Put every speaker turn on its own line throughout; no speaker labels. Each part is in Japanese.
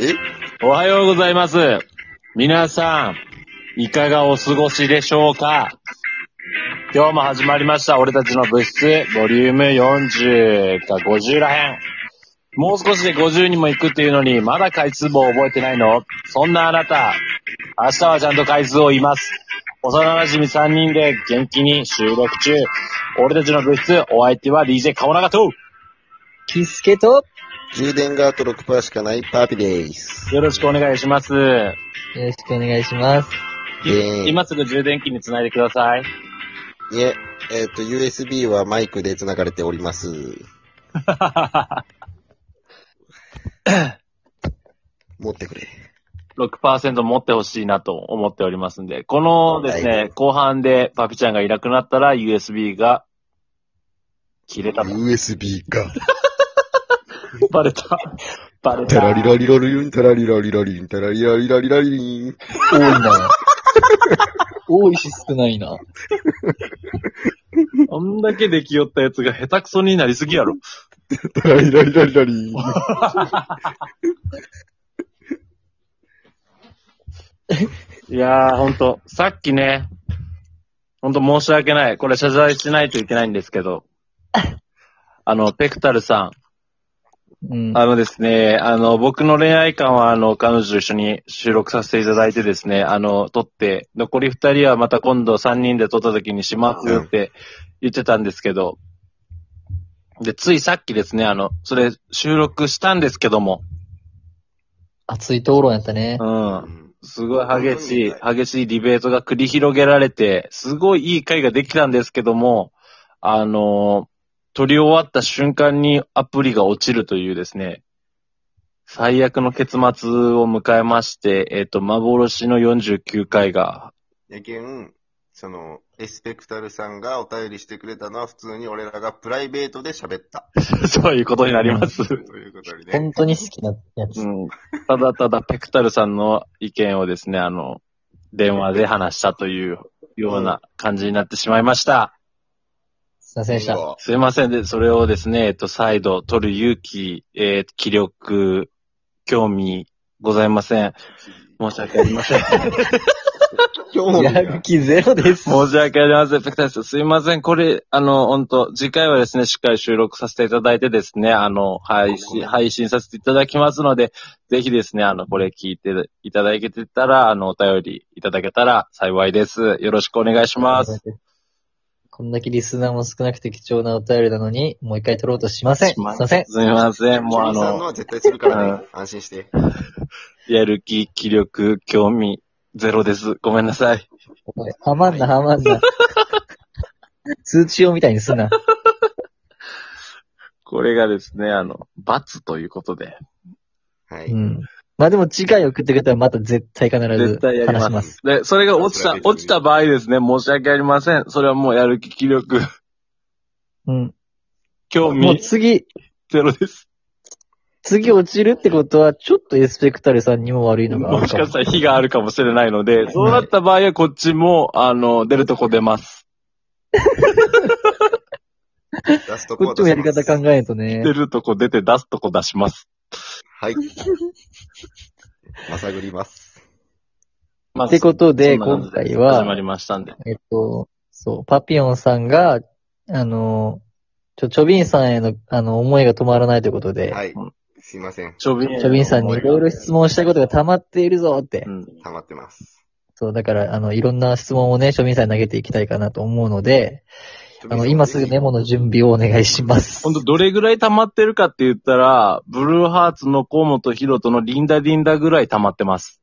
え
おはようございます。皆さん、いかがお過ごしでしょうか今日も始まりました。俺たちの物質、ボリューム40か50らへん。もう少しで50にも行くっていうのに、まだ回数棒覚えてないのそんなあなた、明日はちゃんと回数を言います。幼馴染3人で元気に収録中。俺たちの物質、お相手は DJ 顔長と、
キスケと、
充電があと6%しかないパーピでーす。
よろしくお願いします。
よろしくお願いします。
イェーイ
今すぐ充電器につないでください。
いえ、えっ、と、USB はマイクで繋がれており ます。持ってくれ。
6%持ってほしいなと思っておりますんで、このです
は
ね
い、
後半でパピちゃんがいなくなったら USB が切れたと。
USB が。
バレ た。バレた
タラ。リラリラリリン、タラリラリラリン、タラリラリラリラリリン。
多いな。多いし少ないな。
あんだけできよったやつが下手くそになりすぎやろ。
タラリラリラリラリン。
いやー、ほんと、さっきね、ほんと申し訳ない。これ謝罪しないといけないんですけ ど、あの、ペクタルさん、
うん。
あのですね、あの、僕の恋愛観は、あの、彼女と一緒に収録させていただいてですね、あの、撮って、残り二人はまた今度三人で撮った時にしますって言ってたんですけど、で、ついさっきですね、あの、それ収録したんですけども、
熱い討論やったね
う。ん。すごい激しい、激しいディベートが繰り広げられて、すごいいい回ができたんですけども、あの、撮り終わった瞬間にアプリが落ちるというですね、最悪の結末を迎えまして、えっ、と、幻の49回が、
やけん、その、エスペクタルさんがお便りしてくれたのは普通に俺らがプライベートで喋った。
そういうことになります。
ということでね。
本当に好きなやつ。
うん、ただただペクタルさんの意見をですね、あの、電話で話したというような感じになってしまいました。
すいませんでした。
すいませんで、それをですね、えっと、再度取る勇気、えー気力、興味、ございません。申し訳ありません。
興味が
気ゼロです
申し訳ありません。ペクタイさんすいません。これ、あの、本当次回はですね、しっかり収録させていただいてですね、あの、配信、配信させていただきますので、ぜひですね、あの、これ聞いていただけてたら、あの、お便りいただけたら幸いです。よろしくお願いします。
こんだけリスナーも少なくて貴重なお便りなのに、もう一回取ろうとしません。すいません。
すいません。もうあ
君さん
の
の、は絶対するからね。安心して。
やる気、気力、興味、ゼロです。ごめんなさい。
おいはまんな、はまんな。通知用みたいにすんな。
これがですね、あの、罰ということで。
は
う
い。
ん。まあでも次回送ってくれたらまた絶対必ず
絶対やり
話し
ま
ますす。。
で、それが落ちた、落ちた場合ですね、申し訳ありません。それはもうやる気、気力、
うん。
興
もう
味、
次、
ゼロです。
次落ちるってことは、ちょっとエスペクタルさんにも悪いのがあ
も
る
し
か
か
も。
したら火があるかもしれないので、そうなった場合はこっちも、あの、出るとこ出ます。
ラストコ
こ
ー
っ
ド
ちもやり方考えないとね
出。るとこ出て出すとこ出します。
はい。まさぐります。
まあ
ってことで、
そんな感
今
じで
回
始ま
は、
りましたんで。
えっと、そう、パピオンさんが、あの、ちょ、ちょびんさんへの、あの、思いが止まらないということで、
はい。すいません。
ちょびん
ちょびんさんにいろいろ質問したいことが溜まっているぞって。
うん。
溜まってます。
そう、だから、あの、いろんな質問をね、ちょびんさんに投げていきたいかなと思うので、あの、今すぐメモの準備をお願いします。
ほんと、どれぐらい溜まってるかって言ったら、ブルーハーツの河本ヒロトのリンダリンダぐらい溜まってます。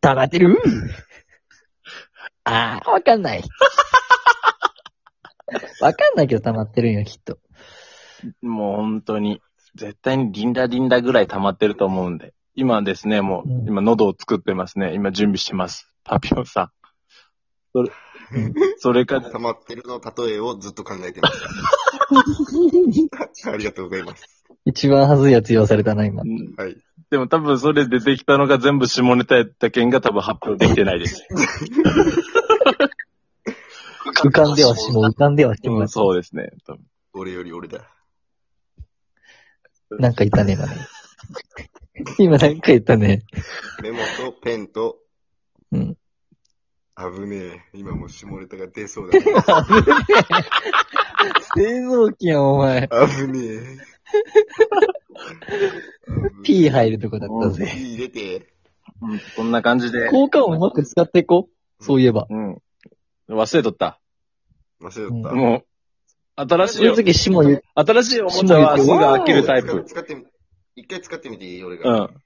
溜まってるああ、わか んない。わかんないけど溜まってるんよ、きっと。
もう本当に、絶対にリンダリンダぐらい溜まってると思うんで。今ですね、もう
う、ん
今喉を作ってますね。今準備してます。パピオンさん。 それ、それか、
溜まってるの例えをずっと考えてます。ありがとうございます。
一番恥ずいやつ言わされたな、今
う。ん
はい。
でも多分それ出てきたのが全部下ネタやった件が多分発表できてないです。
浮かんではしも、浮かんではし
う
も
ん、。そうですね。多分
俺より俺だ。
なんかいたね、今ね。今何か言った ね。
メモとペンと、
うん。
危ねえ。今もう下ネタが出そうだ、ね。
製造機やん、お前。
危ね え。
P 入るとこだった
危ね
ぜ。
え入れて。
うん、こんな感じで。
効果音うまく使っていこう。そういえば。
うん。忘れとった。
忘れだった。
もう、新しい
その
よ、
次、下言う。
新しいおもちゃはすぐ飽きるタイプ。
使ってみ、一回使ってみていい俺
う
が。
ん。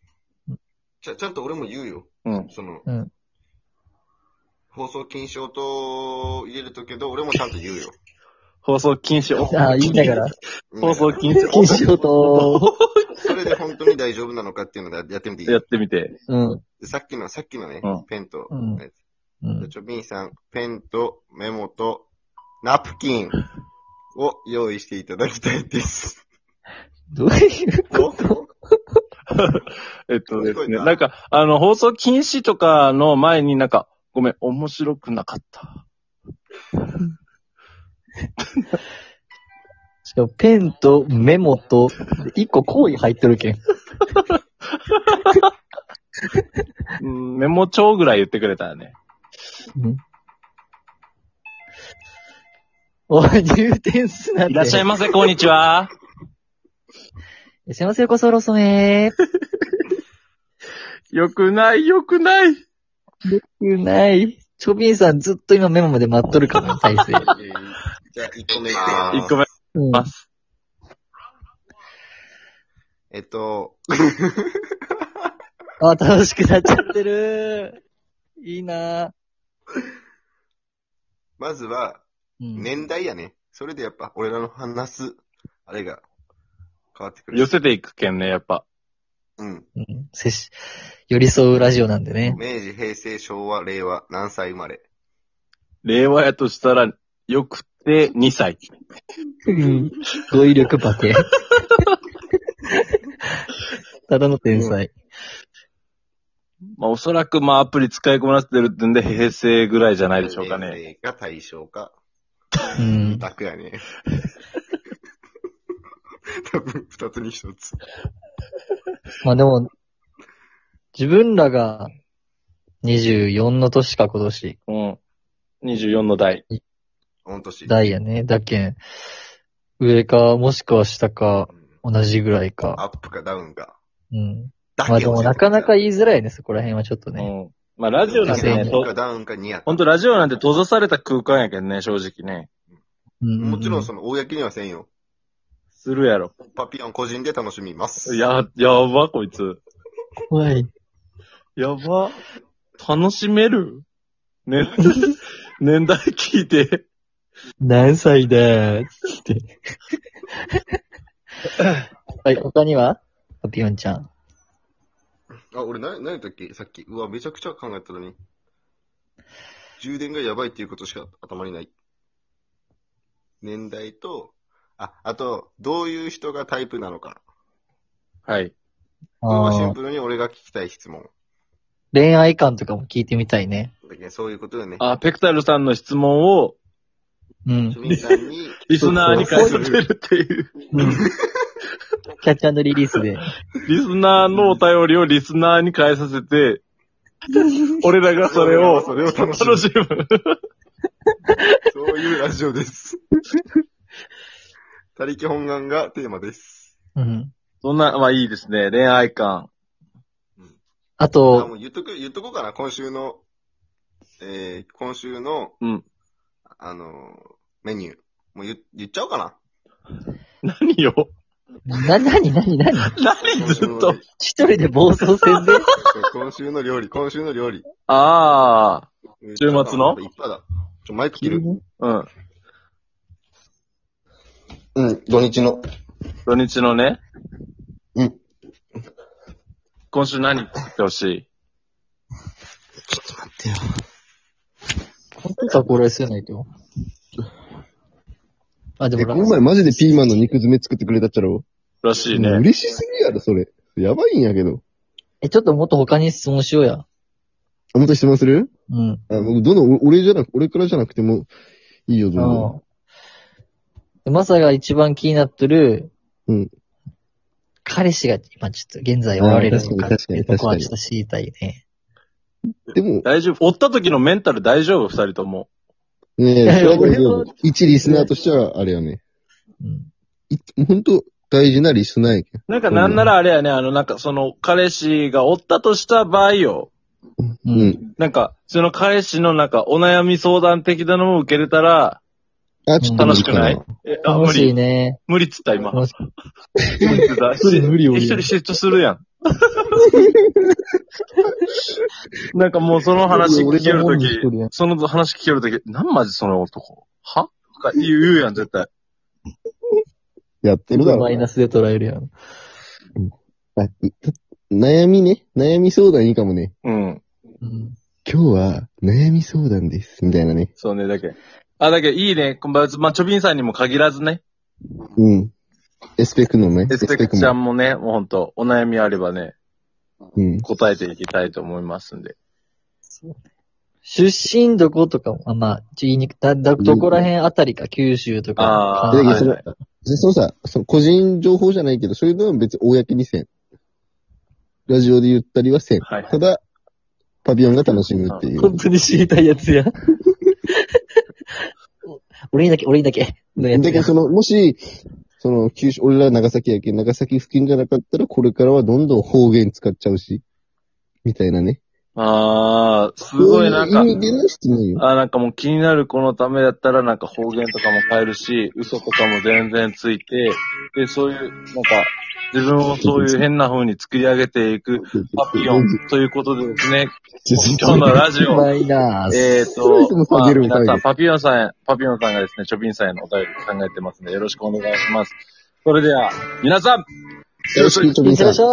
ちゃちゃんと俺も言うよ。
うん。
その、
うん。
放送禁止と入れるとけど、俺もちゃんと言うよ。
放送禁止。
ああ、言いながら。
放送禁止。
禁止と、
それで本当に大丈夫なのかっていうのでやってみてい
や
い
ってみて。
うん。
さっきの、さっきのね、
うん
ペンと、
うんうん。
ちょ、ビンさん、ペンとメモとナプキンを用意していただきたいです。
どういうこと
えっとです
すごい
ね。
な
なんか、あの、放送禁止とかの前になんか、ごめん、面白くなかった。
しかも、ペンとメモと、一個行為入ってるけん。
うん、メモ帳ぐらい言ってくれたらね。
うん。おい、入店すなって。
いらっしゃいませ、こんにちは。
いらっしゃいませ、よこそろそめー。
よくない、よくない。
うない。チョビンさんずっと今メモまで待っとるからな、体勢。
じゃあ、1個目いって。
一個目。
うん。
あ
えっと、
あ、楽しくなっちゃってるー。いいなー。
まずは、
うん。
年代やね。それでやっぱ、俺らの話す、あれが、変わってくる。
寄せていくけんね、やっぱ。
う
う
ん。
ん。接し、寄り添うラジオなんでね。
明治、平成、昭和、令和、何歳生まれ。
令和やとしたら、よくて2歳。
うん。語彙力化け。ただの天才。
まあ、おそらく、まあ、アプリ使いこなしてるってんで、平成ぐらいじゃないでしょうかね。
平成か大正か。
うん。
楽 やね。多分、二つに一つ。
まあでも、自分らが24の年か今年。
うん。24の代。
御年。
代やね。だけん、上かもしくは下か
うん
同じぐらい
ア
か。
ップかダウンか。
うん。
だけ
まあでもなかなか
い
言いづらいね、そこら辺はちょっと
う
ね。
ん。まあ、ラジオなんて
い
ア
よ
ね、
ッ
と
プかダウンかニア。
ほんとラジオなんて閉ざされた空間やけんね、正直ね。
うん
もちろんその、公にはせんよ。
するやろ。
パピヨン個人で楽しみます。
や、やば、こいつ。
怖い。
やば。楽しめる年、年代聞いて。
何歳だーって。 はい、他にはパピヨンちゃん。
あ、俺な、何言ったっけさっき。うわ、めちゃくちゃ考えたのに。充電がやばいっていうことしか頭にない。年代と、あ、あと、どういう人がタイプなのか。
はい。
これはシ
あ
ン
ー
プルに俺が聞きたい質問。
恋愛観とかも聞いてみたいね。
だけどそういうことよね。
あ、ペクタルさんの質問を、
うん。
庶民さんに、
リスナーに返されるっていう。
うんキャッチリリースで。
リスナーのお便りをリスナーに返させて、俺らがそれを、
それを楽しむ
楽しむ。
そういうラジオです。他力本願がテーマです。
うん。
そんな、まあいいですね。恋愛観。
あ
あ、
と
も、う言っとく、言っとこうかな、今週の、えー、今週の、
うん
あのー、メニュー。もう言、言っちゃおうかな。
何よ
な、なになになに
何ずっと。
一人で暴走せんで
今週の料理、今週の料理。
あ週末の
いっぱいだ。ちょ、マイク切る。
あ。うん。
うん、土日の。
土日のね。
うん。
今週何作ってほしい
待ってよ。
本当かこれすないと。あ、で
え、
も
こ
ラ
の前マジでピーマンの肉詰め作ってくれたっちゃろ
らしい
もう
ね。
嬉しすぎやろ、それ。やばいんやけど。
え、ちょっともっと他に質問しようや。
あ、また質問する
うん。
あ、僕、どの、お俺じゃなく、俺からじゃなくても、いいよ、どんどん。
ああ。マサが一番気になってる、
うん。
彼氏が今ちょっと現在おられるのかっていうとこ
あ
は
ー確かに確かに
ちょっと知りたいね。
でも、
大丈夫。追った時のメンタル大丈夫二人とも。
ね
いやい
え、そ
や
れはで
俺
も
は、
一リスナーとしては、あれよね。
うん。
い本当大事なリスナーやけん。
なんかなんならあれやね、あの、なんかその、彼氏が追ったとした場合よ。
う
うんん。
なんか、その彼氏のなんか、お悩み相談的なのも受けれたら、
あ、ちょっと無理か
楽しくえあ、無
楽しい
理。
ね。
無理っつった、今。無
楽し
理っつった。
一人無理を言う
一人嫉妬する やん。なんかもうその話聞けるとき、その話聞けるとき、なんマジその男はとか言うやん、絶対。
やってるだろ
マイ。ナスで捉えるやん。
あい悩みね。悩み相談いいかもね。
うん。
うん。
今日は悩み相談です。みたいなね。
そうね、だけ。あ、だけどいいね。まあ、まあ、チョビンさんにも限らずね。
うん。エスペクのね。
エスペクちゃんもね、もうほんと、お悩みあればね、
エスペクも。うん。
答えていきたいと思いますんで。
出身どことかも、あまあ、ちょ言いにくだ、だ、どこら辺あたりか、九州とか
あ。
ー
関
いやい
西
やそれで、そのさ、その個人情報じゃないけど、そういうのは別に公にせん。ラジオで言ったりはせん。
はいはい
ただ、パビオンが楽しむっていう。
本当に知りたいやつ や。俺にだけ、俺にだけのやつ
だけ
や
ど、。その、もし、その、九州、俺ら長崎やけん、長崎付近じゃなかったら、これからはどんどん方言使っちゃうし、みたいなね。
あー、すごいなんか
そういう意、味での質問よ。
あー、なんかもう気になる子のためだったら、なんか方言とかも変えるし、嘘とかも全然ついて、で、そういう、なんか、自分をそういう変な風に作り上げていくパピオンということでですね、今日のラジ
う
オ、
まいなぁ。
えー
そうです
と
ね、
ま
下
あ、
げるみたい
皆
です
さん、パピヨンさん、パピヨンさんがですね、チョビンさんへのお便り考えてますので、よろしくお願いします。それでは、皆さん、
よろしく、ちょびん
いって
さ
ら
ん
っしゃい。